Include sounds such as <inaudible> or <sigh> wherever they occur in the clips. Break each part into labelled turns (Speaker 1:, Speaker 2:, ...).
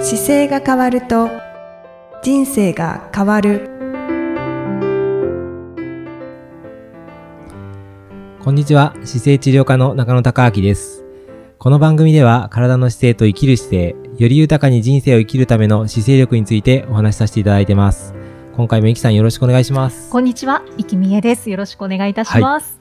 Speaker 1: 姿勢が変わると人生が変わる
Speaker 2: こんにちは姿勢治療科の中野孝明ですこの番組では体の姿勢と生きる姿勢より豊かに人生を生きるための姿勢力についてお話しさせていただいてます今回もゆきさんよろしくお願いします
Speaker 3: こんにちは、いきみえです。よろしくお願いいたします。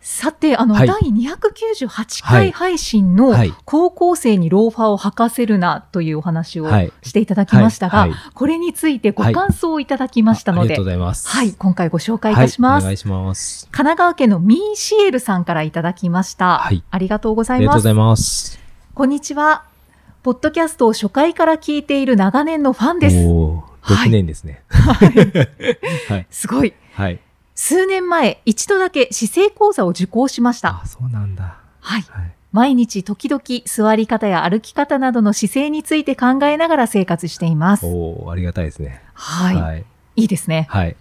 Speaker 3: さて、あの、
Speaker 2: はい
Speaker 3: 第298
Speaker 2: はい
Speaker 3: 回配信の
Speaker 2: はい
Speaker 3: 高校生にローファーを履かせるなというお話を
Speaker 2: はい
Speaker 3: していただきましたが、
Speaker 2: はいはい
Speaker 3: これについてご
Speaker 2: はい
Speaker 3: 感想をいただきました
Speaker 2: あ
Speaker 3: の
Speaker 2: りが
Speaker 3: で、
Speaker 2: とう
Speaker 3: は
Speaker 2: ご
Speaker 3: い、
Speaker 2: ざいます
Speaker 3: 今回ご紹介いたし
Speaker 2: はい、
Speaker 3: ます。
Speaker 2: お願いします
Speaker 3: 神奈川県のミーシエルさんからいただきました。
Speaker 2: はい
Speaker 3: ありがとうござ
Speaker 2: あ
Speaker 3: い
Speaker 2: りが
Speaker 3: ま
Speaker 2: とうご
Speaker 3: す
Speaker 2: ざ。います
Speaker 3: こんにちは。ポッドキャストを初回から聞いている長年のファンです。
Speaker 2: おー
Speaker 3: はい
Speaker 2: 6年ですねはい、
Speaker 3: すごい。
Speaker 2: はい、
Speaker 3: 数年前、一度だけ姿勢講座を受講しました。
Speaker 2: あそうなんだ
Speaker 3: はい。
Speaker 2: はい
Speaker 3: 毎日時々座り方や歩き方などの姿勢について考えながら生活しています。
Speaker 2: おーありがたいですね
Speaker 3: はい、い。
Speaker 2: はい
Speaker 3: いですね。
Speaker 2: はい、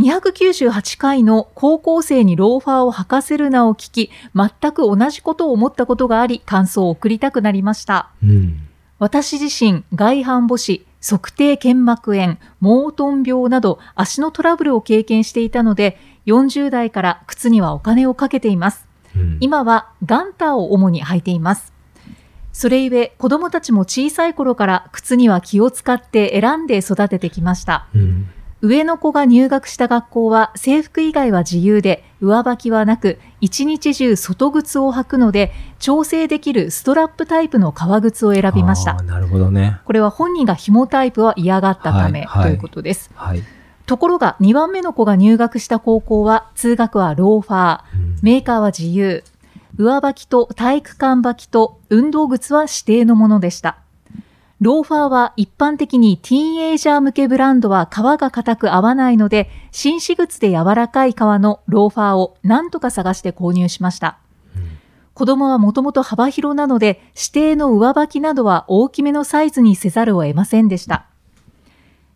Speaker 3: 298回の高校生にローファーを履かせるなを聞き、全く同じことを思ったことがあり、感想を送りたくなりました。
Speaker 2: うん
Speaker 3: 私自身、外反母趾、測定腱膜炎、モートン病など足のトラブルを経験していたので、40代から靴にはお金をかけています。
Speaker 2: うん
Speaker 3: 今はガンターを主に履いています。それゆえ子供たちも小さい頃から靴には気を使って選んで育ててきました。
Speaker 2: うん
Speaker 3: 上の子が入学した学校は制服以外は自由で上履きはなく一日中外靴を履くので調整できるストラップタイプの革靴を選びまし
Speaker 2: あ
Speaker 3: た
Speaker 2: ー。なるほどね
Speaker 3: これは本人が紐タイプは嫌がったため、
Speaker 2: はいはい
Speaker 3: ということです。
Speaker 2: はい、
Speaker 3: ところが2番目の子が入学した高校は通学はローファー、
Speaker 2: うん
Speaker 3: メーカーは自由。上履きと体育館履きと運動靴は指定のものでした。ローファーは一般的にティーンエイジャー向けブランドは革が硬く合わないので、紳士靴で柔らかい革のローファーを何とか探して購入しました。
Speaker 2: うん
Speaker 3: 子供はもともと幅広なので、指定の上履きなどは大きめのサイズにせざるを得ませんでした。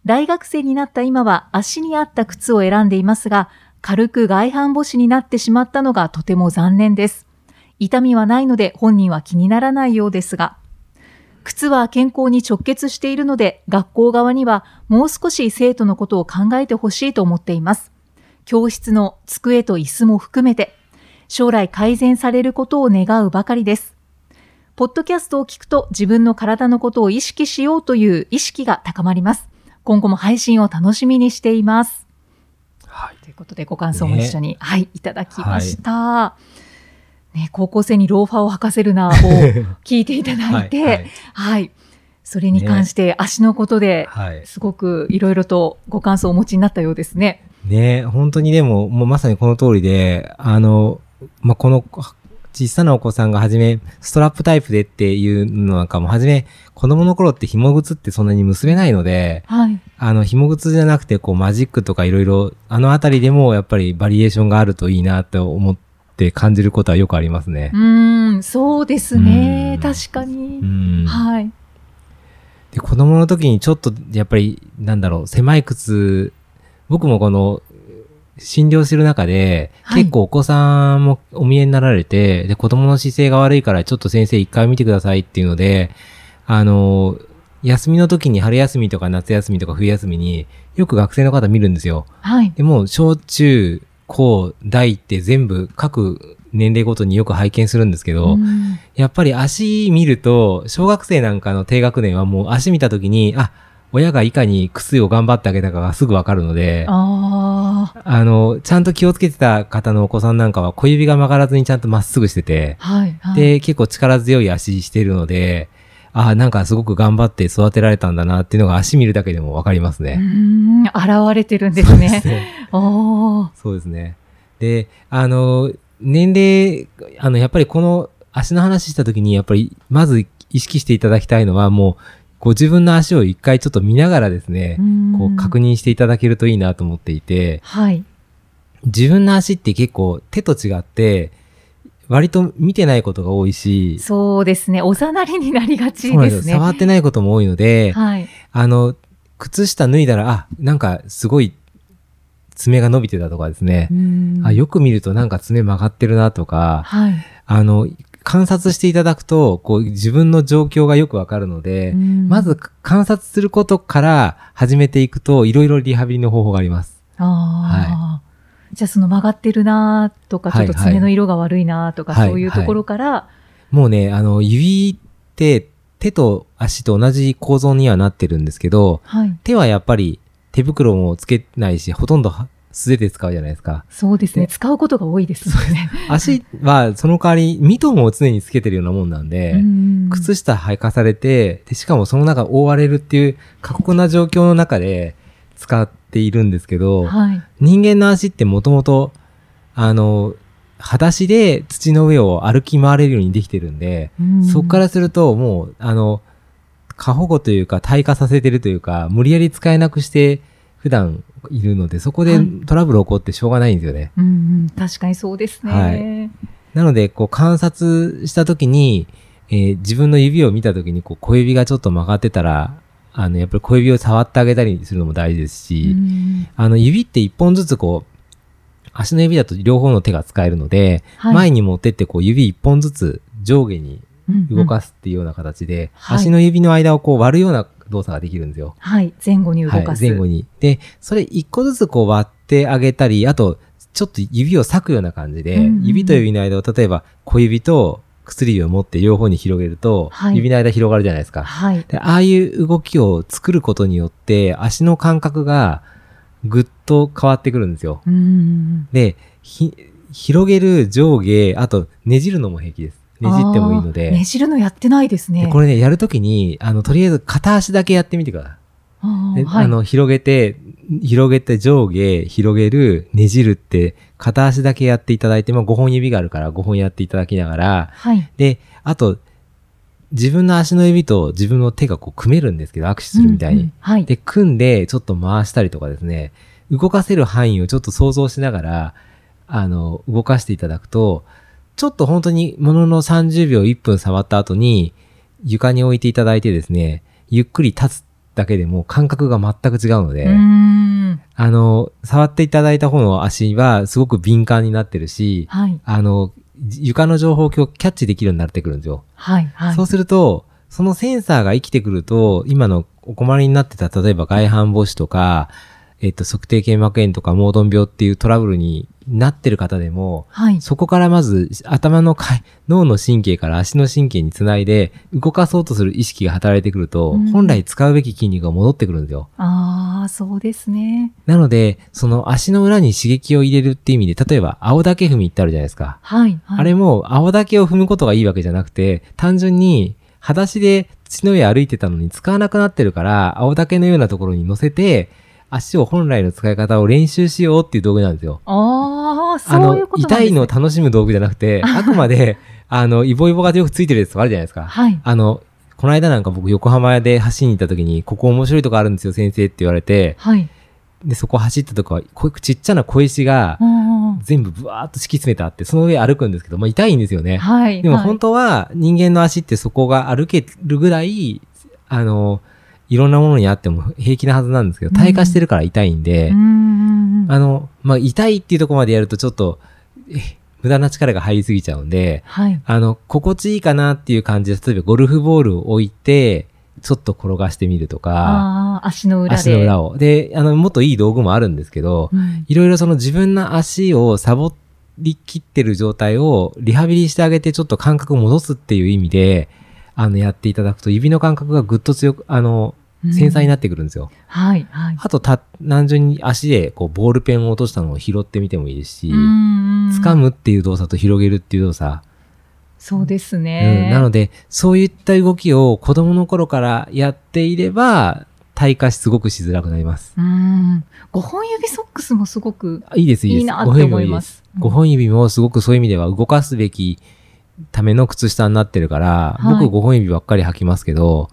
Speaker 3: 大学生になった今は足に合った靴を選んでいますが、軽く外反母趾になってしまったのがとても残念です。痛みはないので本人は気にならないようですが、靴は健康に直結しているので、学校側にはもう少し生徒のことを考えてほしいと思っています。教室の机と椅子も含めて、将来改善されることを願うばかりです。ポッドキャストを聞くと自分の体のことを意識しようという意識が高まります。今後も配信を楽しみにしています。
Speaker 2: <laughs> はい
Speaker 3: ということでご感想も一緒に、はい、いただきました。ね、高校生にローファーを履かせる
Speaker 2: <laughs>
Speaker 3: なを聞いていただいて、はい、それに関して足のことで、
Speaker 2: はいはい
Speaker 3: すごくいろいろとご感想をお持ちになったようですね。
Speaker 2: ね本当にでも、もうまさにこの通りで、あの、まあ、この小さなお子さんが初め、ストラップタイプでっていうのなんかも、初め、子供の頃って紐靴ってそんなに結べないので、
Speaker 3: はい。
Speaker 2: あの、紐靴じゃなくて、こう、マジックとかいろいろ、あのあたりでもやっぱりバリエーションがあるといいなって思って感じることはよくありますね
Speaker 3: う。ーん、そうです
Speaker 2: う
Speaker 3: ね
Speaker 2: ん。
Speaker 3: 確かに。
Speaker 2: うん。
Speaker 3: はい。
Speaker 2: で、子供の時にちょっと、やっぱり、なんだろう、狭い靴、僕もこの、診療してる中で、
Speaker 3: はい
Speaker 2: 結構お子さんもお見えになられて、で、子供の姿勢が悪いから、ちょっと先生一回見てくださいっていうので、あの、休みの時に、春休みとか夏休みとか冬休みに、よく学生の方見るんですよ。
Speaker 3: はい。
Speaker 2: でもう、小中、高、大って全部、各年齢ごとによく拝見するんですけど、
Speaker 3: うん
Speaker 2: やっぱり足見ると、小学生なんかの低学年はもう足見たときに、あ、親がいかに靴を頑張ってあげたかがすぐわかるので、あ
Speaker 3: ああ、
Speaker 2: の、ちゃんと気をつけてた方のお子さんなんかは小指が曲がらずにちゃんとまっすぐしてて、
Speaker 3: はい。はい、
Speaker 2: で、結構力強い足してるので、あなんかすごく頑張って育てられたんだなっていうのが足見るだけでもわかります
Speaker 3: うー
Speaker 2: ね。
Speaker 3: ん、現れてるんです
Speaker 2: <laughs>
Speaker 3: ね。おー
Speaker 2: そうですね。で、あの、年齢、あの、やっぱりこの足の話した時に、やっぱり、まず意識していただきたいのは、もう、ご自分の足を一回ちょっと見ながらですね、こう確
Speaker 3: 認。
Speaker 2: 認していただけるといいなと思っていて、
Speaker 3: はい。
Speaker 2: 自分の足って結構手と違って、割と見てないことが多いし、
Speaker 3: そうですね。おざなりになりがち
Speaker 2: そうなん
Speaker 3: で
Speaker 2: ですよ
Speaker 3: すね。
Speaker 2: 触ってないことも多いので、
Speaker 3: はい。
Speaker 2: あの、靴下脱いだら、あ、なんかすごい爪が伸びてたとかですね、あよく見るとなんか爪曲がってるなとか、
Speaker 3: はい。
Speaker 2: あの、観察していただくと、こう、自分の状況がよくわかるので、
Speaker 3: うん
Speaker 2: まず観察することから始めていくと、いろいろリハビリの方法があります。
Speaker 3: ああ、じゃあその曲がってるなーとか、ちょっと
Speaker 2: はいはい
Speaker 3: 爪の色が悪いなーとか、
Speaker 2: はい
Speaker 3: そういうところから、
Speaker 2: もうね、あの、指って手と足と同じ構造にはなってるんですけど、
Speaker 3: はい。
Speaker 2: 手はやっぱり手袋もつけないし、ほとんどは素手で使うじゃないですか。
Speaker 3: そうですね。
Speaker 2: で
Speaker 3: 使うことが多いですもんね。
Speaker 2: 足はその代わり、ミトンを常につけてるようなもんなんで、
Speaker 3: うん
Speaker 2: 靴下履かされてで、しかもその中覆われるっていう過酷な状況の中で使っているんですけど、
Speaker 3: はい。
Speaker 2: 人間の足ってもともと、あの、裸足で土の上を歩き回れるようにできてるんで、
Speaker 3: うん
Speaker 2: そこからするともう、あの、過保護というか、退化させてるというか、無理やり使えなくして普段いるので、そこで
Speaker 3: はい
Speaker 2: トラブル起こってしょうがないんですよね。
Speaker 3: うんうん、確かにそうですね。
Speaker 2: はなので、こう観察したときに、えー自分の指を見たときに、こう小指がちょっと曲がってたら、あの、やっぱり小指を触ってあげたりするのも大事ですし、
Speaker 3: うん
Speaker 2: あの、指って一本ずつこう、足の指だと両方の手が使えるので、
Speaker 3: はい
Speaker 2: 前に持ってってこう指一本ずつ上下に動
Speaker 3: うんうん
Speaker 2: かすっていうような形で、
Speaker 3: はい
Speaker 2: 足の指の間をこう割るような動作ができるんですよ。
Speaker 3: はい。前後に動
Speaker 2: はい
Speaker 3: か、す。
Speaker 2: 前後に。で、それ一個ずつこう割ってあげたり、あと、ちょっと指を裂くような感じで、
Speaker 3: うんうん
Speaker 2: 指と指の間を、例えば小指と薬指を持って両方に広げると、
Speaker 3: はい
Speaker 2: 指の間広がるじゃないですか。
Speaker 3: はい。
Speaker 2: で、ああいう動きを作ることによって、足の感覚がぐっと変わってくるんですよ。
Speaker 3: うんうん
Speaker 2: で、ひ広げる上下、あとねじるのも平気です。
Speaker 3: うん
Speaker 2: ねじってもいいので。
Speaker 3: あーねじるのやってないです
Speaker 2: で
Speaker 3: ね。
Speaker 2: これね、やるときに、あの、とりあえず片足だけやってみてください。
Speaker 3: あー
Speaker 2: で
Speaker 3: はい
Speaker 2: あの、広げて、広げて上下、広げる、ねじるって、片足だけやっていただいて、まあ5本指があるから5本やっていただきながら、
Speaker 3: はい。
Speaker 2: で、あと、自分の足の指と自分の手がこう組めるんですけど、握手するみたいに。
Speaker 3: うんうんはい。
Speaker 2: で、組んで、ちょっと回したりとかですね、動かせる範囲をちょっと想像しながら、あの、動かしていただくと、ちょっと本当にものの30秒1分触った後に、床に置いていただいてですね、ゆっくり立つだけでも感覚が全く違うので、
Speaker 3: うん
Speaker 2: あの、触っていただいた方の足はすごく敏感になってるし、
Speaker 3: はい。
Speaker 2: あの、床の情報をキャッチできるようになってくるんですよ。
Speaker 3: はい。はい
Speaker 2: そう。すると、そのセンサーが生きてくると、今のお困りになってた、例えば外反母趾とか、えっと、測定腱膜炎とか、盲鈍病っていうトラブルになってる方でも、
Speaker 3: はい。
Speaker 2: そこからまず頭の回脳の神経から足の神経につないで、動かそうとする意識が働いてくると、
Speaker 3: うん
Speaker 2: 本来使うべき筋肉が戻ってくるんですよ。
Speaker 3: ああ、そうですね。
Speaker 2: なので、その足の裏に刺激を入れるっていう意味で、例えば青竹踏みってあるじゃないですか。
Speaker 3: はい。はい
Speaker 2: あれも青竹を踏むことがいいわけじゃなくて、単純に裸足で土の上歩いてたのに使わなくなってるから、青竹のようなところに乗せて、足を本来の使い方を練習しようっていう道具なんですよ。
Speaker 3: ああ、
Speaker 2: あ
Speaker 3: そうい
Speaker 2: の
Speaker 3: う、ことなんで
Speaker 2: 痛
Speaker 3: すね
Speaker 2: いのを楽しむ道具じゃなく
Speaker 3: <laughs>
Speaker 2: て、あくまで、あの、イボイボがよくついてるやつとかあるじゃないですか。
Speaker 3: はい。
Speaker 2: あの、この間なんか僕横浜で走りに行った時に、ここ面白いとこあるんですよ先生って言われて、
Speaker 3: はい。
Speaker 2: で、そこ走ったとこは、こちっちゃな小石が
Speaker 3: あー
Speaker 2: 全部ブワーっと敷き詰めてあって、その上歩くんですけど、まあ痛いんですよね。
Speaker 3: はい。
Speaker 2: でも
Speaker 3: はい
Speaker 2: 本当は人間の足ってそこが歩けるぐらい、あの、いろんなものにあっても平気なはずなんですけど、
Speaker 3: うん
Speaker 2: 退化してるから痛いんで、
Speaker 3: うんうんうん
Speaker 2: あの、まあ、痛いっていうところまでやるとちょっと、え無駄な力が入りすぎちゃうんで、
Speaker 3: はい。
Speaker 2: あの、心地いいかなっていう感じで、例えばゴルフボールを置いて、ちょっと転がしてみるとか、
Speaker 3: ああ、足の裏で。
Speaker 2: 足の裏を。で、あの、もっといい道具もあるんですけど、
Speaker 3: うん
Speaker 2: いろいろその自分の足をサボりきってる状態をリハビリしてあげてちょっと感覚を戻すっていう意味で、あの、やっていただくと指の感覚がぐっと強く、あの、繊細になってくるんですよ。
Speaker 3: はい、はい。
Speaker 2: あと、た、単純に足でこうボールペンを落としたのを拾ってみてもいいですし、
Speaker 3: 掴
Speaker 2: 掴。むっていう動作と広げるっていう動作。
Speaker 3: そうです
Speaker 2: う
Speaker 3: ね
Speaker 2: ん。なので、そういった動きを子供の頃からやっていれば、退化しすごくしづらくなります。
Speaker 3: うん。5本指ソックスもすごく
Speaker 2: いいです、いいで
Speaker 3: い
Speaker 2: す。
Speaker 3: いなって思います。
Speaker 2: 5本指もすごくそういう意味では動かすべきための靴下になってるから、
Speaker 3: はい
Speaker 2: 僕5本指ばっかり履きますけど、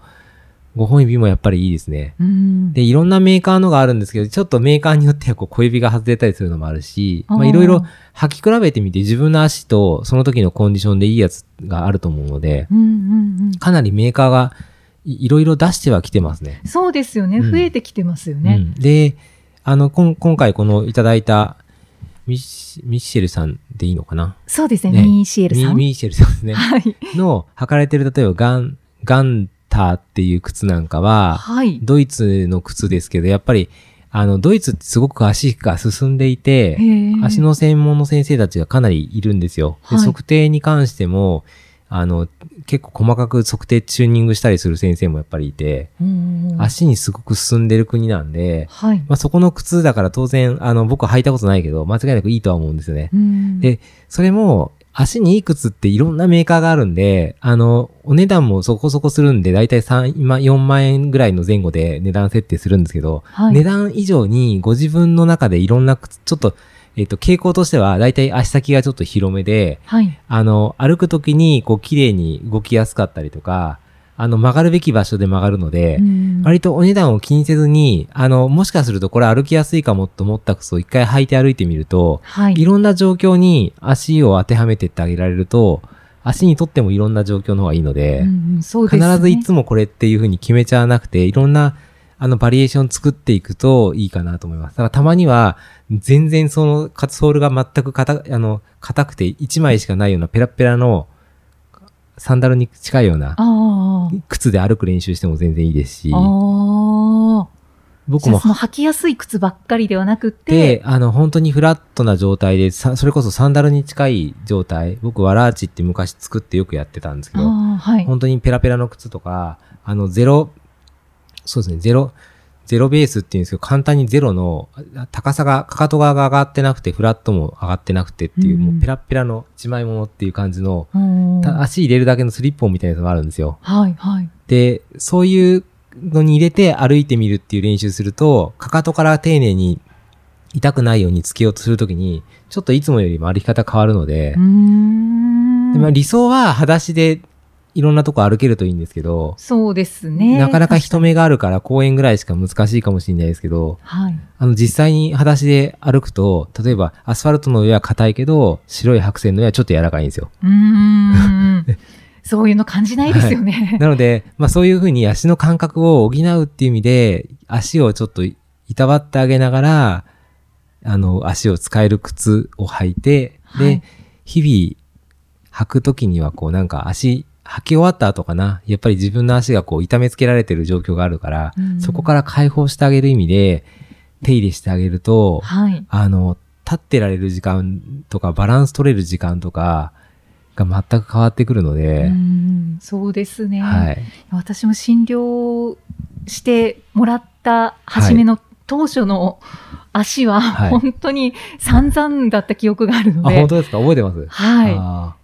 Speaker 2: 5本指もやっぱりいいですね。
Speaker 3: うん。
Speaker 2: で、いろんなメーカーのがあるんですけど、ちょっとメーカーによってはこう小指が外れたりするのもあるし、
Speaker 3: あー
Speaker 2: まあいろいろ履き比べてみて自分の足とその時のコンディションでいいやつがあると思うので、
Speaker 3: うんうんうん。
Speaker 2: かなりメーカーがいいろいろ出してはきてますね。
Speaker 3: そうですよね。
Speaker 2: うん
Speaker 3: 増えてきてますよ
Speaker 2: う
Speaker 3: ね。
Speaker 2: んで、あの、こん今回このいただいた、ミシミッシェルさんでいいのかな
Speaker 3: そうですね、
Speaker 2: ね
Speaker 3: ミーシエルさん。
Speaker 2: ミミッシェルさんですね。
Speaker 3: はい。
Speaker 2: の、履かれてる、例えばガン、ガンターっていう靴なんかは、
Speaker 3: はい。
Speaker 2: ドイツの靴ですけど、やっぱり、あの、ドイツってすごく足が進んでいて、足
Speaker 3: 足
Speaker 2: の専門の先生たちがかなりいるんですよ。で
Speaker 3: はい
Speaker 2: 測定に関しても、あの、結構細かく測定チューニングしたりする先生もやっぱりいて、足にすごく進んでる国なんで、
Speaker 3: はい。
Speaker 2: まあ、そこの靴だから当然、あの、僕は履いたことないけど、間違いなくいいとは思うんですよね。
Speaker 3: うん
Speaker 2: でそれも、足にいい靴っていろんなメーカーがあるんで、あの、お値段もそこそこするんで、だいたい3、今4万円ぐらいの前後で値段設定するんですけど、
Speaker 3: はい
Speaker 2: 値段以上にご自分の中でいろんな靴、ちょっと、えっと、傾向としては、だいたい足先がちょっと広めで、
Speaker 3: はい。
Speaker 2: あの、歩くときに、こう、綺麗に動きやすかったりとか、あの、曲がるべき場所で曲がるので、
Speaker 3: うん
Speaker 2: 割とお値段を気にせずに、あの、もしかするとこれ歩きやすいかもと思った靴を一回履いて歩いてみると、
Speaker 3: はい
Speaker 2: いろんな状況に足を当てはめてってあげられると、足にとってもいろんな状況の方がいいので、
Speaker 3: うんうんそうですね
Speaker 2: 必ずいつもこれっていうふうに決めちゃわなくて、いろんなあのバリエーション作っていくといいかなと思います。だからたまには、全然そのカソールが全く硬あの硬くて1枚しかないようなペラペラのサンダルに近いような
Speaker 3: あー
Speaker 2: 靴で歩く練習しても全然いいですし、
Speaker 3: あー。
Speaker 2: 僕
Speaker 3: じゃあ
Speaker 2: も
Speaker 3: その履きやすい靴ばっかりではなく
Speaker 2: で
Speaker 3: て、、
Speaker 2: あの、本当にフラットな状態で、さそれこそサンダルに近い状態。僕、ワラーチって昔作ってよくやってたんですけ
Speaker 3: あ
Speaker 2: ど、
Speaker 3: ーはい。
Speaker 2: 本当にペラペラの靴とか、あの、ゼロ、そうですね、ゼロ、ゼロベースっていうんですけど、簡単にゼロのあ高さが、かかと側が上がってなくて、フラットも上がってなくてっていう、
Speaker 3: うん
Speaker 2: もうペラッペラの一枚物っていう感じの、
Speaker 3: うん
Speaker 2: た足入れるだけのスリッポンみたいなやつもあるんですよ。
Speaker 3: はい、はい。
Speaker 2: で、そういうのに入れて歩いてみるっていう練習すると、かかとから丁寧に痛くないようにつけようとするときに、ちょっといつもよりも歩き方変わるので、
Speaker 3: うーん
Speaker 2: でまあ、理想は裸足でいろんなとこ歩けるといいんですけど、
Speaker 3: そうですね。
Speaker 2: なかなか人目があるから公園ぐらいしか難しいかもしれないですけど、
Speaker 3: はい。
Speaker 2: あの実際に裸足で歩くと、例えばアスファルトの上は硬いけど、白い白線の上はちょっと柔らかいんですよ。
Speaker 3: うー
Speaker 2: <laughs>
Speaker 3: ん。そういうの感じないですよ <laughs> ね。
Speaker 2: なので、まあそういうふうに足の感覚を補うっていう意味で、足をちょっといたわってあげながら、あの、足を使える靴を履いて、
Speaker 3: は
Speaker 2: で
Speaker 3: い、
Speaker 2: 日々履くときにはこうなんか足、履き終わった後かな、やっぱり自分の足がこう痛めつけられてる状況があるから、
Speaker 3: うん
Speaker 2: そこから解放してあげる意味で、手入れしてあげると、
Speaker 3: はい。
Speaker 2: あの、立ってられる時間とか、バランス取れる時間とかが全く変わってくるの
Speaker 3: う
Speaker 2: で
Speaker 3: ー、んそうですね。
Speaker 2: はい。
Speaker 3: 私も診療してもらった初めの当初の足は
Speaker 2: はい
Speaker 3: 本当に散々だった記憶があるの
Speaker 2: あ、
Speaker 3: で、
Speaker 2: 本当ですか覚えてます
Speaker 3: はい、
Speaker 2: あ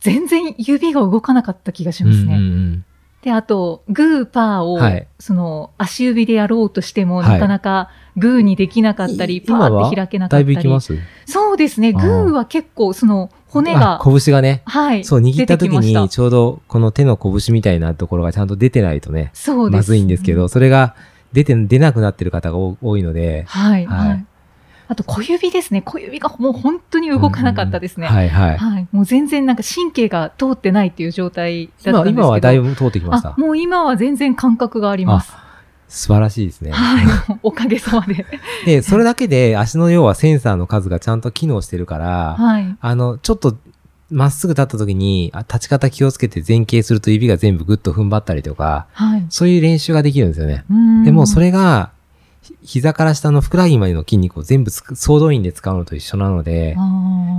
Speaker 3: 全然指が動かなかった気がし
Speaker 2: ー
Speaker 3: ますね。
Speaker 2: うんうん
Speaker 3: で、あと、グーパーを、
Speaker 2: はい
Speaker 3: その足指でやろうとしても、
Speaker 2: はい
Speaker 3: なかなかグーにできなかった
Speaker 2: い
Speaker 3: り、パ
Speaker 2: 今
Speaker 3: ーっ
Speaker 2: は
Speaker 3: て開け
Speaker 2: う。
Speaker 3: なんか
Speaker 2: だ
Speaker 3: っ
Speaker 2: いぶい
Speaker 3: た
Speaker 2: き
Speaker 3: り
Speaker 2: ま。す
Speaker 3: そうですね、
Speaker 2: あ
Speaker 3: グ
Speaker 2: ー
Speaker 3: ーは結構その骨が
Speaker 2: あ、拳がね。
Speaker 3: はい。
Speaker 2: そう、握った時
Speaker 3: 出てきま
Speaker 2: に
Speaker 3: した
Speaker 2: ちょうどこの手の拳みたいなところがちゃんと出てないとね、
Speaker 3: そうです。
Speaker 2: まずいんですけど、それが出て、出なくなってる方が多多いので、
Speaker 3: はい、
Speaker 2: はい
Speaker 3: はい。あと小指ですね。小指がもう本当に動かなかったですね。
Speaker 2: うんうんはいはい。
Speaker 3: はい。もう全然なんか神経が通ってないっていう状態だったん
Speaker 2: 今、
Speaker 3: ですけど。
Speaker 2: 今はだいぶ通ってきまし
Speaker 3: あ
Speaker 2: た、。
Speaker 3: もう今は全然感覚があります。
Speaker 2: 素晴らしいですね。
Speaker 3: はい。おかげさまで。
Speaker 2: で、それだけで足の要はセンサーの数がちゃんと機能してるから、
Speaker 3: はい。
Speaker 2: あの、ちょっと、まっすぐ立った時に、あ立ち方気をつけて前傾すると指が全部グッと踏ん張ったりとか、
Speaker 3: はい。
Speaker 2: そういう練習ができるんですよね。
Speaker 3: うーん
Speaker 2: でもそれが、ひ膝から下のふくらはぎまでの筋肉を全部つく総動員で使うのと一緒なので、
Speaker 3: あ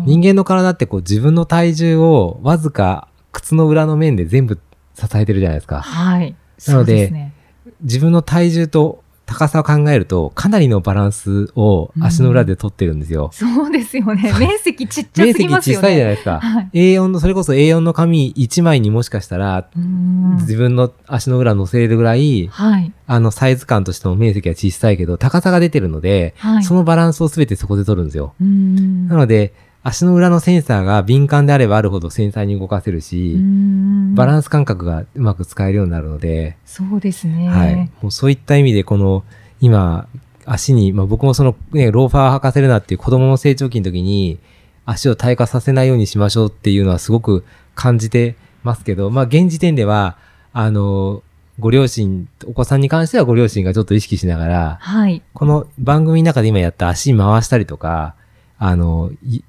Speaker 3: ー
Speaker 2: 人間の体ってこう自分の体重をわずか靴の裏の面で全部支えてるじゃないですか。
Speaker 3: はい。
Speaker 2: なので
Speaker 3: そうですね。
Speaker 2: 自分の体重と高さを考えると、かなりのバランスを足の裏で取ってるんですよ。
Speaker 3: そうですよね。面積ちっちゃ
Speaker 2: 面
Speaker 3: すぎ
Speaker 2: 積
Speaker 3: ま
Speaker 2: 小
Speaker 3: すよ
Speaker 2: さいじゃ
Speaker 3: ね。
Speaker 2: ないですか。
Speaker 3: はい。
Speaker 2: A4 の、それこそ A4 の紙1枚にもしかしたら、
Speaker 3: うーん
Speaker 2: 自分の足の裏乗せれるぐらい、
Speaker 3: はい。
Speaker 2: あの、サイズ感としても面積は小さいけど、高さが出てるので、
Speaker 3: はい。
Speaker 2: そのバランスを全てそこで取るんですよ。
Speaker 3: うーん
Speaker 2: なので、足の裏のセンサーが敏感であればあるほど繊細に動かせる
Speaker 3: うー
Speaker 2: し、
Speaker 3: ん
Speaker 2: バランス感覚がうまく使えるようになるので、
Speaker 3: そうですね。
Speaker 2: はい。もうそういった意味で、この、今、足に、まあ僕もその、ね、ローファーを履かせるなっていう子供の成長期の時に、足を退化させないようにしましょうっていうのはすごく感じてますけど、まあ現時点では、あの、ご両親、お子さんに関してはご両親がちょっと意識しながら、
Speaker 3: はい。
Speaker 2: この番組の中で今やった足回したりとか、あの、い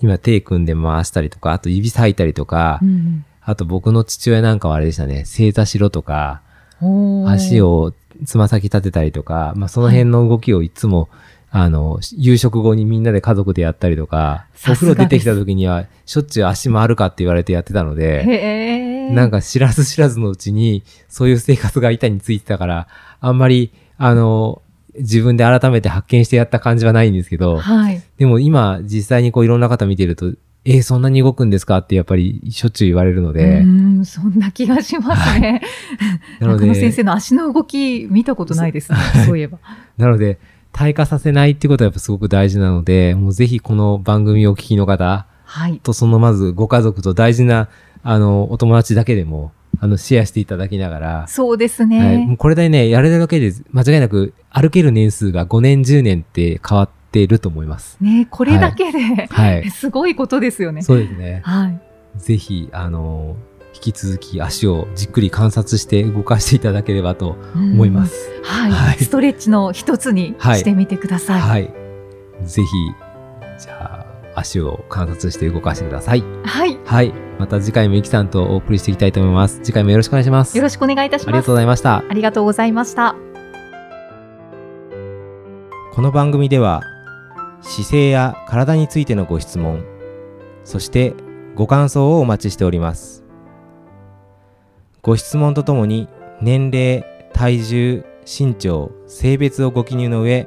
Speaker 2: 今手組んで回したりとか、あと指裂いたりとか、
Speaker 3: うん
Speaker 2: あと僕の父親なんかはあれでしたね、正座しろとか、
Speaker 3: おー
Speaker 2: 足をつま先立てたりとか、まあその辺の動きをいつも、あの、夕食後にみんなで家族でやったりとか、お
Speaker 3: さす
Speaker 2: 風
Speaker 3: が
Speaker 2: 呂出
Speaker 3: です
Speaker 2: てきた時にはしょっちゅう足回るかって言われてやってたので、
Speaker 3: へー
Speaker 2: なんか知らず知らずのうちにそういう生活が板についてたから、あんまり、あの、自分で改めて発見してやった感じはないんですけど、
Speaker 3: はい。
Speaker 2: でも今実際にこういろんな方見てると、えーそんなに動くんですかってやっぱりしょっちゅう言われるので、
Speaker 3: うん、そんな気がしますね。
Speaker 2: なの
Speaker 3: 中野先生
Speaker 2: で、
Speaker 3: の足の動き見たことな
Speaker 2: <laughs>
Speaker 3: いですね。そういえば。
Speaker 2: なので、退化させないってことはやっぱすごく大事なので、もうぜひこの番組をお聞きの方
Speaker 3: はい。
Speaker 2: と、そのまずご家族と大事な、あの、お友達だけでも、あの、シェアしていただきながら、
Speaker 3: そうです
Speaker 2: はい、も
Speaker 3: ね
Speaker 2: う。これでね、やれるだけで、間違いなく歩ける年数が5年、10年って変わっていると思います。
Speaker 3: ね、これだけで、
Speaker 2: はい。
Speaker 3: <laughs> すごいことですよね。
Speaker 2: そうですね。
Speaker 3: はい。
Speaker 2: ぜひ、あの、引き続き足をじっくり観察して動かしていただければと思いま。す。
Speaker 3: はい、
Speaker 2: はい
Speaker 3: ストレッチの一つに
Speaker 2: はい
Speaker 3: してみてください。は
Speaker 2: はい。ぜひ、じゃあ、足を観察して動かしてください。
Speaker 3: い、
Speaker 2: はい。また次回もイキさんとお送りしていきたいと思います。次回もよろしくお願いします。
Speaker 3: よろしくお願いいたし
Speaker 2: あり
Speaker 3: ま
Speaker 2: が
Speaker 3: す
Speaker 2: とう。ございました。
Speaker 3: ありがとうございました。
Speaker 2: この番組では、姿勢や体についてのご質問、そしてご感想をお待ちしております。ご質問とともに、年齢、体重、身長、性別をご記入の上、